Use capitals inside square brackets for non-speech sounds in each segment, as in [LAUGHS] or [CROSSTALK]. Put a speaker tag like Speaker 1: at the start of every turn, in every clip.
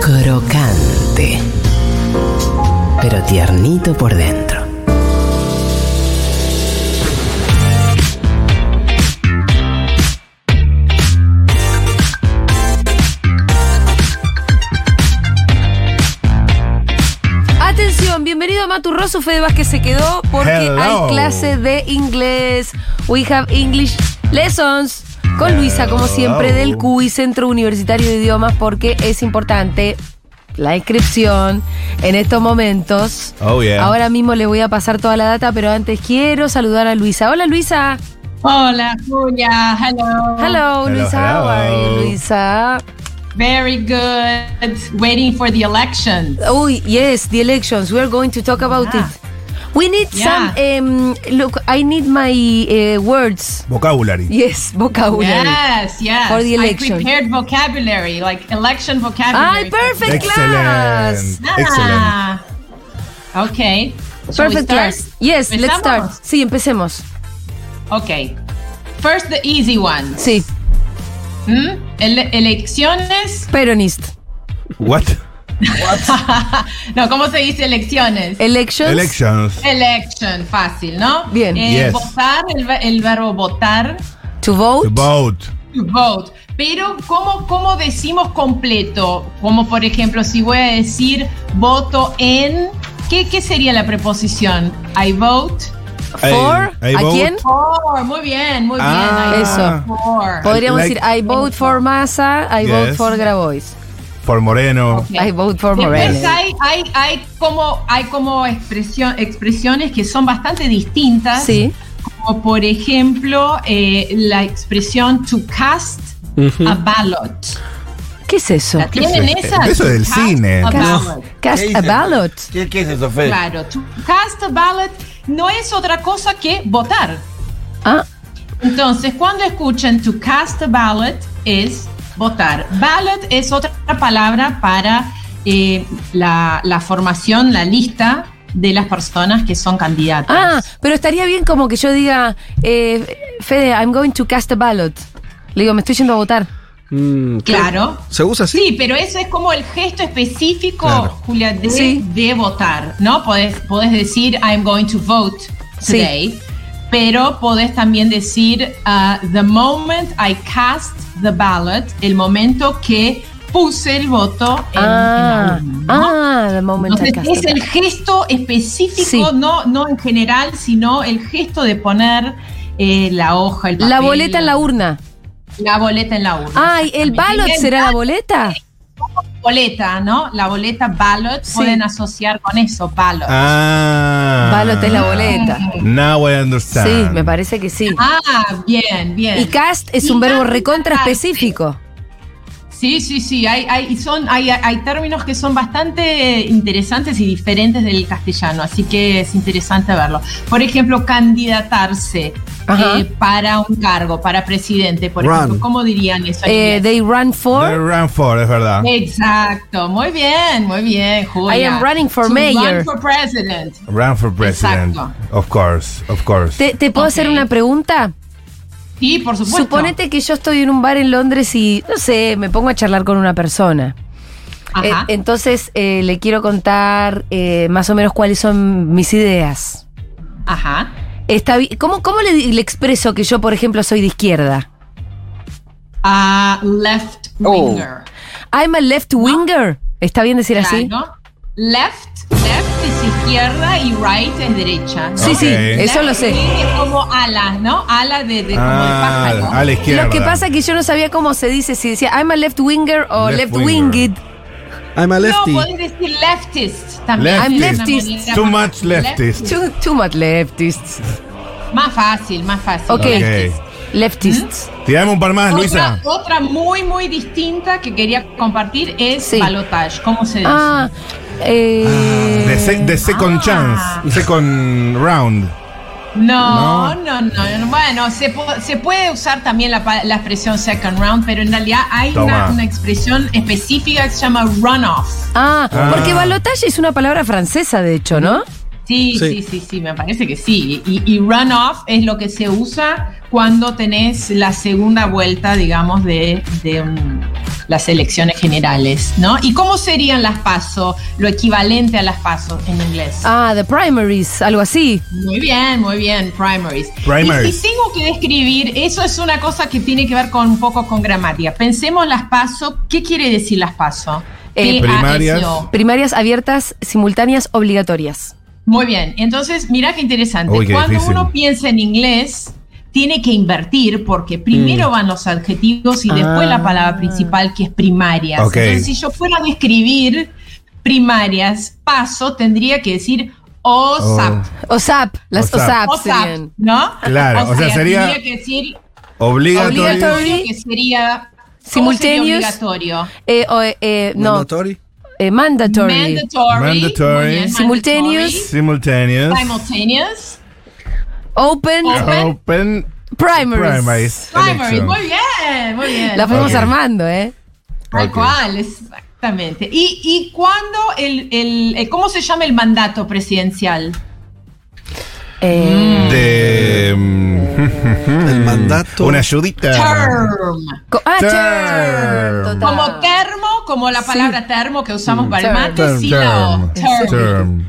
Speaker 1: crocante, pero tiernito por dentro.
Speaker 2: Atención, bienvenido a Maturroso. Fede Vázquez se quedó porque
Speaker 3: Hello.
Speaker 2: hay clase de inglés. We have English lessons. Con Luisa, como siempre, del CUI, Centro Universitario de Idiomas, porque es importante la inscripción en estos momentos.
Speaker 3: Oh, yeah.
Speaker 2: Ahora mismo le voy a pasar toda la data, pero antes quiero saludar a Luisa. Hola, Luisa.
Speaker 4: Hola, Julia. Hello.
Speaker 2: Hello,
Speaker 3: Hello,
Speaker 2: Luisa. How are you,
Speaker 3: hello.
Speaker 2: Luisa?
Speaker 4: Very good. Waiting for the election.
Speaker 2: Oh, yes, the elections. We are going to talk about
Speaker 4: Yeah.
Speaker 2: it. We need
Speaker 4: Ah. Yeah.
Speaker 2: some. Um, look, I need my uh, words.
Speaker 3: Vocabulary.
Speaker 2: Yes, [LAUGHS] vocabulary.
Speaker 4: Yes, yes.
Speaker 2: For the election.
Speaker 4: I prepared vocabulary, like election vocabulary.
Speaker 2: Ay, Ah, perfect class.
Speaker 3: Excellent. Excellent.
Speaker 4: Ah. Okay. Shall we
Speaker 2: Perfect
Speaker 4: start?
Speaker 2: class. Yes, let's start.
Speaker 4: ¿Empezamos?
Speaker 2: Sí, empecemos.
Speaker 4: Okay. First, the easy one.
Speaker 2: Sí,
Speaker 4: ¿Mm? Ele- elecciones.
Speaker 2: peronist.
Speaker 3: What?
Speaker 4: no, ¿cómo se dice
Speaker 2: Eh.
Speaker 4: elecciones?
Speaker 2: Elections.
Speaker 3: Elections.
Speaker 4: Election, fácil, ¿no?
Speaker 2: Bien.
Speaker 4: Eh,
Speaker 3: Yes.
Speaker 4: Votar, el va- el verbo votar.
Speaker 2: To vote.
Speaker 3: The vote.
Speaker 4: To vote. Pero, ¿cómo, ¿cómo decimos completo? Como por ejemplo, si voy a decir voto en, ¿qué, qué sería la preposición? I vote
Speaker 2: For.
Speaker 3: I- I
Speaker 2: ¿A
Speaker 3: vote.
Speaker 2: quién?
Speaker 4: for. Muy bien, muy bien.
Speaker 3: Ah.
Speaker 4: I
Speaker 2: Eso.
Speaker 4: vote for.
Speaker 2: Podríamos
Speaker 3: Like-
Speaker 2: decir, I vote for Massa, I vote
Speaker 3: Yes.
Speaker 2: for Grabois.
Speaker 3: Por Moreno.
Speaker 4: Ok.
Speaker 2: I vote for Morales.
Speaker 4: Después hay, hay, hay como, hay como expresión, expresiones que son bastante distintas.
Speaker 2: Sí.
Speaker 4: Como por ejemplo, eh, la expresión to cast a ballot.
Speaker 2: ¿Qué es eso?
Speaker 4: ¿La tienen
Speaker 3: es-
Speaker 4: esa?
Speaker 3: eso
Speaker 4: To
Speaker 3: del
Speaker 4: cast
Speaker 3: cine. No.
Speaker 4: a ballot.
Speaker 2: Cast
Speaker 5: ¿Qué
Speaker 2: a
Speaker 5: dice?
Speaker 2: ballot.
Speaker 5: ¿Qué, qué es eso, Fede?
Speaker 4: Claro, to cast a ballot no es otra cosa que votar.
Speaker 2: Ah,
Speaker 4: Entonces, cuando escuchan to cast a ballot es votar. Ballot es otra palabra para eh, la, la formación, la lista de las personas que son candidatas.
Speaker 2: ah, pero estaría bien como que yo diga, eh, Fede, I'm going to cast a ballot. Le digo, me estoy yendo a votar.
Speaker 6: Mm,
Speaker 4: claro.
Speaker 6: ¿Se usa así?
Speaker 4: Sí, pero eso es como el gesto específico,
Speaker 6: Claro.
Speaker 4: Julia, de,
Speaker 2: Sí.
Speaker 4: de votar, ¿no? Podés, podés decir, I'm going to vote
Speaker 2: Sí.
Speaker 4: today, pero podés también decir, ah, the moment I cast the ballot, el momento que puse el voto en, en la
Speaker 2: Ah,
Speaker 4: urna, ¿no?
Speaker 2: ah, the moment I
Speaker 4: Entonces,
Speaker 2: cast
Speaker 4: es
Speaker 2: a
Speaker 4: el
Speaker 2: ballot.
Speaker 4: gesto específico,
Speaker 2: Sí.
Speaker 4: no, no en general, sino el gesto de poner eh, la hoja, el papel.
Speaker 2: La boleta en la urna.
Speaker 4: La boleta en la urna.
Speaker 2: Ay, ¿el
Speaker 4: exactamente.
Speaker 2: ballot
Speaker 4: Y el
Speaker 2: será la boleta?
Speaker 4: boleta, ¿no? La boleta ballot
Speaker 2: Sí.
Speaker 4: pueden asociar con eso, ballot.
Speaker 3: Ah.
Speaker 4: Ah,
Speaker 2: Ballot es la boleta.
Speaker 3: Now I understand.
Speaker 2: Sí, me parece que sí.
Speaker 4: bien, bien.
Speaker 2: Y cast es
Speaker 4: Ah. Y
Speaker 2: un verbo
Speaker 4: cast,
Speaker 2: recontra
Speaker 4: cast.
Speaker 2: específico.
Speaker 4: Sí, sí, sí. Hay, hay, y son, hay, hay términos que son bastante interesantes y diferentes del castellano, así que es interesante verlo. Por ejemplo, candidatarse
Speaker 2: Ajá.
Speaker 4: eh, para un cargo, para presidente, por
Speaker 6: Run.
Speaker 4: ejemplo. ¿Cómo dirían eso? en
Speaker 2: Eh,
Speaker 4: inglés?
Speaker 2: they run
Speaker 3: They
Speaker 2: for.
Speaker 3: ran for, es verdad.
Speaker 4: Exacto, muy bien, muy bien, Julia.
Speaker 2: I am running for
Speaker 4: To run
Speaker 2: mayor.
Speaker 4: for president.
Speaker 3: Ran for president.
Speaker 4: Exacto.
Speaker 3: Of course, of course.
Speaker 2: ¿Te, te puedo
Speaker 4: Ok.
Speaker 2: hacer una pregunta?
Speaker 4: Sí, por supuesto.
Speaker 2: Suponete que yo estoy en un bar en Londres y, no sé, me pongo a charlar con una persona. Eh,
Speaker 4: Ajá.
Speaker 2: entonces eh, le quiero contar eh, más o menos cuáles son mis ideas.
Speaker 4: ajá.
Speaker 2: Está, bi- ¿Cómo, cómo le, di- le expreso que yo, por ejemplo, soy de izquierda?
Speaker 4: a left
Speaker 2: Oh.
Speaker 4: winger.
Speaker 2: I'm a left winger. ¿Está bien decir así?
Speaker 4: Claro. Left, left es izquierda y right es derecha. ¿no?
Speaker 2: Sí, sí,
Speaker 3: Ok.
Speaker 2: eso lo sé.
Speaker 4: Left es como ala, ¿no? Ala de, de-
Speaker 3: ah,
Speaker 4: como de pájaro.
Speaker 3: a la izquierda.
Speaker 2: Lo que pasa es que yo no sabía cómo se dice, si decía I'm a left winger o left,
Speaker 3: Left
Speaker 2: winged.
Speaker 3: winger.
Speaker 6: I'm a
Speaker 4: No, pues,
Speaker 6: lefty.
Speaker 4: podés decir leftist
Speaker 3: Leftist.
Speaker 4: también. de una
Speaker 2: Leftist.
Speaker 4: manera
Speaker 3: Too
Speaker 4: más-
Speaker 3: much leftist.
Speaker 2: Too, too much leftists.
Speaker 4: Más fácil, más fácil.
Speaker 2: Ok.
Speaker 3: Ok.
Speaker 4: leftist.
Speaker 2: Leftists.
Speaker 3: Tirame un par más, Luisa.
Speaker 4: Otra, otra muy, muy distinta que quería compartir es
Speaker 2: Sí.
Speaker 4: balotage. ¿Cómo se dice?
Speaker 2: Ah, eh,
Speaker 3: De, se- de second
Speaker 4: Ah.
Speaker 3: chance, second round.
Speaker 4: No, no, no, no. Bueno, se, po- se puede usar también la, pa- la expresión second round, pero en realidad hay
Speaker 3: Toma.
Speaker 4: una, una expresión específica que se llama runoff.
Speaker 2: ah,
Speaker 3: Ah.
Speaker 2: porque balotaje es una palabra francesa, de hecho, ¿no?
Speaker 4: Sí,
Speaker 6: Sí.
Speaker 4: sí, sí, sí, me parece que sí. Y, y runoff es lo que se usa cuando tenés la segunda vuelta, digamos, de, de, mm, las elecciones generales, ¿no? ¿Y cómo serían las PASO, lo equivalente a las PASO en inglés?
Speaker 2: Ah, the primaries, algo así.
Speaker 4: Muy bien, muy bien, primaries.
Speaker 3: Primaries.
Speaker 4: Y si tengo que describir, eso es una cosa que tiene que ver con un poco con gramática. Pensemos las PASO, ¿qué quiere decir las PASO?
Speaker 2: Eh,
Speaker 3: Primarias.
Speaker 4: PASO.
Speaker 2: Primarias abiertas, simultáneas, obligatorias.
Speaker 4: Muy bien, entonces mira qué interesante.
Speaker 3: Uy, qué
Speaker 4: Cuando
Speaker 3: difícil.
Speaker 4: uno piensa en inglés, tiene que invertir porque primero van los adjetivos y después la palabra principal que es primarias.
Speaker 3: Ok.
Speaker 4: Entonces, si yo fuera a describir primarias, paso, tendría que decir "Oh,
Speaker 3: Oh.
Speaker 4: OSAP.
Speaker 2: OSAP, las
Speaker 3: OSAP.
Speaker 2: OSAP,
Speaker 4: OSAP,
Speaker 2: serían.
Speaker 4: ¿no?
Speaker 3: Claro, o sea, sería-
Speaker 4: tendría que decir
Speaker 3: Obligatorio.
Speaker 2: Obligatorio.
Speaker 4: obligatorio que sería
Speaker 2: Simultáneos.
Speaker 4: ¿cómo sería obligatorio.
Speaker 2: Eh, o, eh, eh, no,
Speaker 6: Mandatory.
Speaker 2: eh, mandatory.
Speaker 4: Mandatory.
Speaker 3: Mandatory.
Speaker 4: muy bien,
Speaker 2: Simultaneous.
Speaker 4: mandatory.
Speaker 3: Simultaneous.
Speaker 4: Simultaneous.
Speaker 2: Open
Speaker 4: Open.
Speaker 3: Open.
Speaker 2: primaries.
Speaker 3: Primaries.
Speaker 4: Primary.
Speaker 3: election.
Speaker 4: Muy bien, muy bien.
Speaker 2: La fuimos
Speaker 3: Ok.
Speaker 2: armando, ¿eh?
Speaker 4: Tal
Speaker 3: Ok.
Speaker 4: cual, exactamente. ¿Y, y cuándo el, el, el- cómo se llama el mandato presidencial? Mm.
Speaker 2: Eh,
Speaker 3: De.
Speaker 5: Mm.
Speaker 3: mm,
Speaker 6: El mandato.
Speaker 3: Una ayudita.
Speaker 4: Term.
Speaker 2: co- ah,
Speaker 3: Term.
Speaker 2: term, total.
Speaker 4: Como termo, como la palabra termo que usamos para el
Speaker 2: Term.
Speaker 4: mate, sí, no.
Speaker 3: Mm. Term.
Speaker 4: Term.
Speaker 3: Term.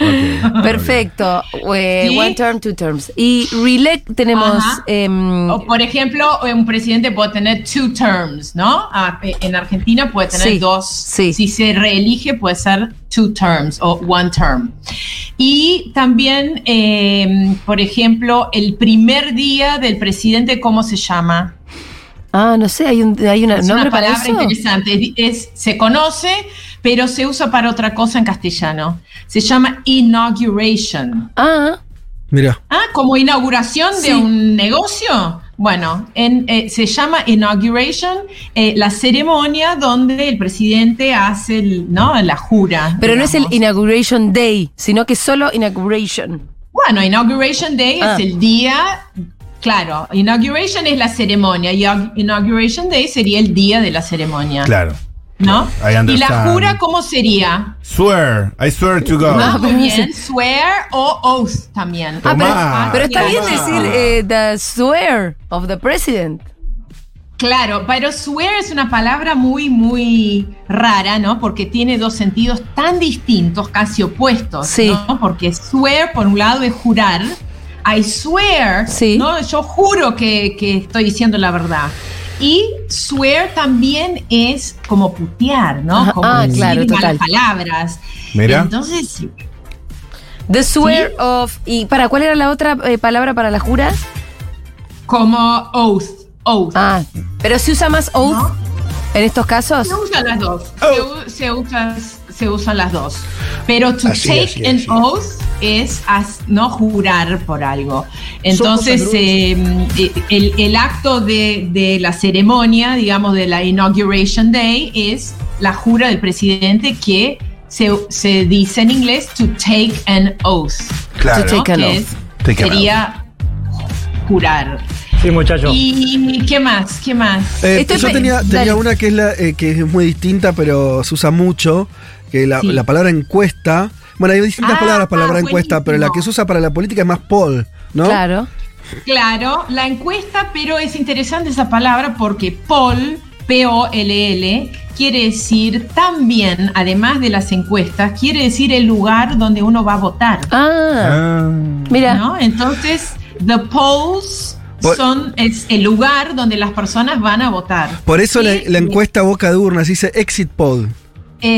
Speaker 3: Ok.
Speaker 2: Perfecto. Eh,
Speaker 4: ¿Sí?
Speaker 2: One term, two terms. Y relect tenemos.
Speaker 4: Ajá.
Speaker 2: em,
Speaker 4: O, por ejemplo, un presidente puede tener two terms, ¿no? Ah, eh, en Argentina puede tener
Speaker 2: Sí,
Speaker 4: dos.
Speaker 2: sí.
Speaker 4: Si se reelige puede ser two terms o one term. Y también, eh, por ejemplo, el primer día del presidente, ¿cómo se llama?
Speaker 2: ah, no sé, hay, un, hay una,
Speaker 4: Es
Speaker 2: nombre
Speaker 4: una palabra
Speaker 2: para eso.
Speaker 4: interesante. Es, es- se conoce, pero se usa para otra cosa en castellano. Se llama inauguration.
Speaker 2: Ah,
Speaker 6: Mira.
Speaker 4: Ah, como inauguración
Speaker 2: Sí.
Speaker 4: de un negocio. Bueno, en, eh, se llama inauguration, eh, la ceremonia donde el presidente hace el, ¿no? la jura.
Speaker 2: pero no es el
Speaker 4: digamos.
Speaker 2: inauguration day, sino que solo inauguration.
Speaker 4: Bueno, inauguration day
Speaker 2: Ah.
Speaker 4: es el día, claro, inauguration es la ceremonia y au- inauguration day sería el día de la ceremonia,
Speaker 3: Claro.
Speaker 4: ¿no?
Speaker 3: I
Speaker 4: Y la
Speaker 3: understand.
Speaker 4: jura cómo sería?
Speaker 3: Swear. I swear to God.
Speaker 4: Ah,
Speaker 2: No.
Speaker 4: muy
Speaker 2: pero
Speaker 4: bien, swear o oath también.
Speaker 3: Tomá.
Speaker 2: pues. Ah, pero, pero está bien
Speaker 3: Tomá.
Speaker 2: decir eh, the swear of the president.
Speaker 4: Claro, pero swear es una palabra muy, muy rara, ¿no? Porque tiene dos sentidos tan distintos, casi opuestos,
Speaker 2: Sí.
Speaker 4: ¿no? Porque swear, por un lado, es jurar. I swear,
Speaker 2: Sí.
Speaker 4: ¿no? Yo juro que, que estoy diciendo la verdad. Y swear también es como putear,
Speaker 2: Ajá,
Speaker 4: ¿no? Como
Speaker 2: ah, claro,
Speaker 4: malas
Speaker 2: total.
Speaker 4: palabras.
Speaker 3: Mira.
Speaker 4: Entonces,
Speaker 2: The swear of. ¿Y para cuál era la otra eh, palabra para la jura?
Speaker 4: como oath, oath.
Speaker 2: Ah, pero se usa más oath
Speaker 4: ¿No?
Speaker 2: en estos casos.
Speaker 4: Se usan las dos. Se u- Se, usa- se usan las dos. Pero to
Speaker 6: Así,
Speaker 4: take
Speaker 6: así,
Speaker 4: an
Speaker 6: así.
Speaker 4: oath es as- no jurar por algo. Entonces,
Speaker 6: Somos
Speaker 4: eh, el, el acto de, de la ceremonia, digamos, de la Inauguration Day, es la jura del presidente que se, se dice en inglés to take an oath.
Speaker 3: Claro.
Speaker 2: To take an
Speaker 4: que
Speaker 2: oath.
Speaker 3: Take an
Speaker 4: sería jurar.
Speaker 5: Sí, muchachos.
Speaker 4: ¿Y qué más? ¿Qué más?
Speaker 6: Eh,
Speaker 2: Estoy
Speaker 6: yo
Speaker 2: pe-
Speaker 6: tenía, tenía
Speaker 2: dale.
Speaker 6: una que es, la, eh, que es muy distinta, pero se usa mucho, que la,
Speaker 4: Sí.
Speaker 6: la palabra encuesta. Bueno, hay distintas
Speaker 4: Ah,
Speaker 6: palabras para la palabra
Speaker 4: buenísimo.
Speaker 6: encuesta, pero la que se usa para la política es más poll, ¿no?
Speaker 2: Claro.
Speaker 4: Claro, la encuesta, pero es interesante esa palabra porque poll, P-O-L-L, quiere decir también, además de las encuestas, quiere decir el lugar donde uno va a votar.
Speaker 2: Ah,
Speaker 3: Ah.
Speaker 2: mira.
Speaker 4: ¿no? Entonces, the polls
Speaker 6: Por-
Speaker 4: son es el lugar donde las personas van a votar.
Speaker 6: Por eso la,
Speaker 4: Sí.
Speaker 6: la encuesta boca de urna se dice exit poll.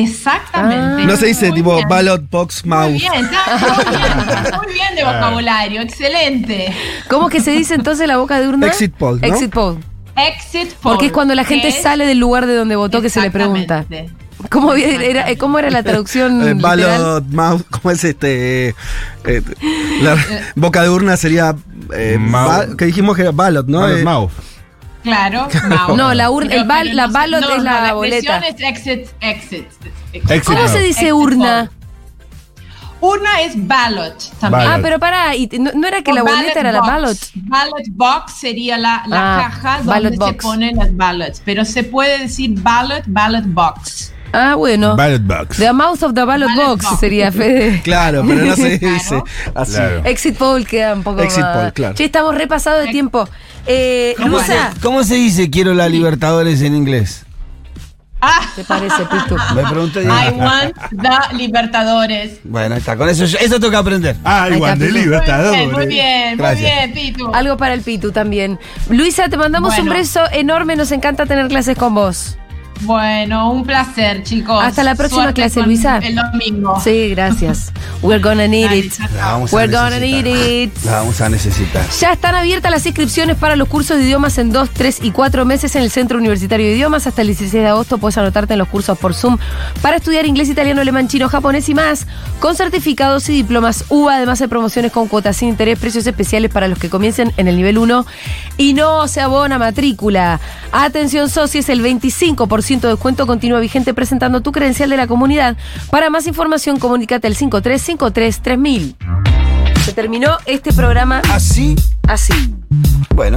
Speaker 4: Exactamente.
Speaker 6: No se dice
Speaker 4: Ah, Muy
Speaker 6: tipo
Speaker 4: bien.
Speaker 6: ballot box
Speaker 4: Muy
Speaker 6: mouth.
Speaker 4: bien, está muy bien, muy bien de vocabulario, excelente.
Speaker 2: ¿Cómo que se dice entonces la boca de urna?
Speaker 6: Exit poll, ¿no?
Speaker 2: Exit poll.
Speaker 4: Exit poll.
Speaker 2: Porque es cuando la gente
Speaker 4: es-
Speaker 2: sale del lugar de donde votó que se le pregunta.
Speaker 4: Exactamente.
Speaker 2: ¿Cómo era, eh, cómo era la traducción?
Speaker 5: Mm,
Speaker 6: Eh,
Speaker 2: literal?
Speaker 6: ballot mouth, [LAUGHS] ¿cómo es este? Eh, la-
Speaker 5: Eh.
Speaker 6: boca de urna sería. eh,
Speaker 3: Mouth.
Speaker 6: ba- que dijimos que era ballot, ¿no?
Speaker 3: Ballot
Speaker 6: Eh,
Speaker 3: mouth.
Speaker 4: Claro,
Speaker 2: [LAUGHS]
Speaker 4: mao.
Speaker 2: No, la urna- el bal-
Speaker 4: Pero
Speaker 2: la
Speaker 4: no-
Speaker 2: ballot
Speaker 4: no,
Speaker 2: es la
Speaker 4: no,
Speaker 2: boleta.
Speaker 4: expresión es exit, exit.
Speaker 3: Exit
Speaker 2: ¿Cómo
Speaker 3: poll.
Speaker 2: se dice
Speaker 4: Exit
Speaker 2: urna?
Speaker 4: poll. Oh, Urna es ballot también.
Speaker 2: Ah,
Speaker 3: Ballot.
Speaker 2: pero pará, y te- no, no era que
Speaker 4: O
Speaker 2: la boleta era la
Speaker 4: box.
Speaker 2: ballot.
Speaker 4: Ballot box sería la, la
Speaker 2: Ah,
Speaker 4: caja
Speaker 2: ballot
Speaker 4: donde se
Speaker 2: box.
Speaker 4: ponen las ballots, pero se puede decir ballot, ballot box.
Speaker 2: Ah, bueno.
Speaker 3: Ballot box.
Speaker 2: The mouth of the ballot,
Speaker 4: Ballot
Speaker 2: box,
Speaker 4: box.
Speaker 6: [LAUGHS]
Speaker 2: sería Fede.
Speaker 6: Claro, pero no
Speaker 5: [LAUGHS]
Speaker 6: se
Speaker 4: Claro.
Speaker 6: dice así.
Speaker 3: Claro.
Speaker 2: Exit poll queda un poco
Speaker 6: Exit
Speaker 2: más-
Speaker 6: poll, claro.
Speaker 2: Che, estamos repasados de tiempo. Eh,
Speaker 5: ¿Cómo se,
Speaker 2: Lusa,
Speaker 5: cómo se dice quiero la Libertadores en inglés?
Speaker 4: Ah,
Speaker 2: ¿te parece,
Speaker 4: [LAUGHS]
Speaker 2: Pitu?
Speaker 5: Me pregunté.
Speaker 4: I want the Libertadores.
Speaker 5: Bueno, ahí está, con eso, eso toca aprender.
Speaker 3: Ah,
Speaker 2: Ahí
Speaker 3: igual,
Speaker 2: está,
Speaker 3: de
Speaker 2: Pitu.
Speaker 3: [LAUGHS] libertadores.
Speaker 4: Muy bien, muy
Speaker 5: Gracias.
Speaker 4: bien, muy bien, Pitu.
Speaker 2: Algo para el Pitu también. Luisa, te mandamos un
Speaker 4: Bueno.
Speaker 2: beso enorme, nos encanta tener clases con vos.
Speaker 4: Bueno, un placer, chicos.
Speaker 2: Hasta la próxima
Speaker 4: Suerte
Speaker 2: clase,
Speaker 4: con
Speaker 2: Luisa.
Speaker 4: El domingo.
Speaker 2: Sí, gracias. We're gonna need
Speaker 4: Oh. Dale,
Speaker 2: it.
Speaker 4: chao,
Speaker 5: La
Speaker 4: chao.
Speaker 5: vamos a
Speaker 2: We're gonna
Speaker 5: necesitar.
Speaker 2: need it.
Speaker 5: La vamos a necesitar.
Speaker 2: Ya están abiertas las inscripciones para los cursos de idiomas en 2, 3 y 4 meses en el Centro Universitario de Idiomas. Hasta el 16 de agosto puedes anotarte en los cursos por Zoom para estudiar inglés, italiano, alemán, chino, japonés y más, con certificados y diplomas UBA, además de promociones con cuotas sin interés, precios especiales para los que comiencen en el nivel 1 y no se abona matrícula. Atención, socios, el 25% de descuento continúa vigente presentando tu credencial de la comunidad. Para más información, comunícate al
Speaker 3: ¿Ah,
Speaker 2: 53533000. Se terminó este programa
Speaker 5: Así,
Speaker 2: así.
Speaker 5: bueno.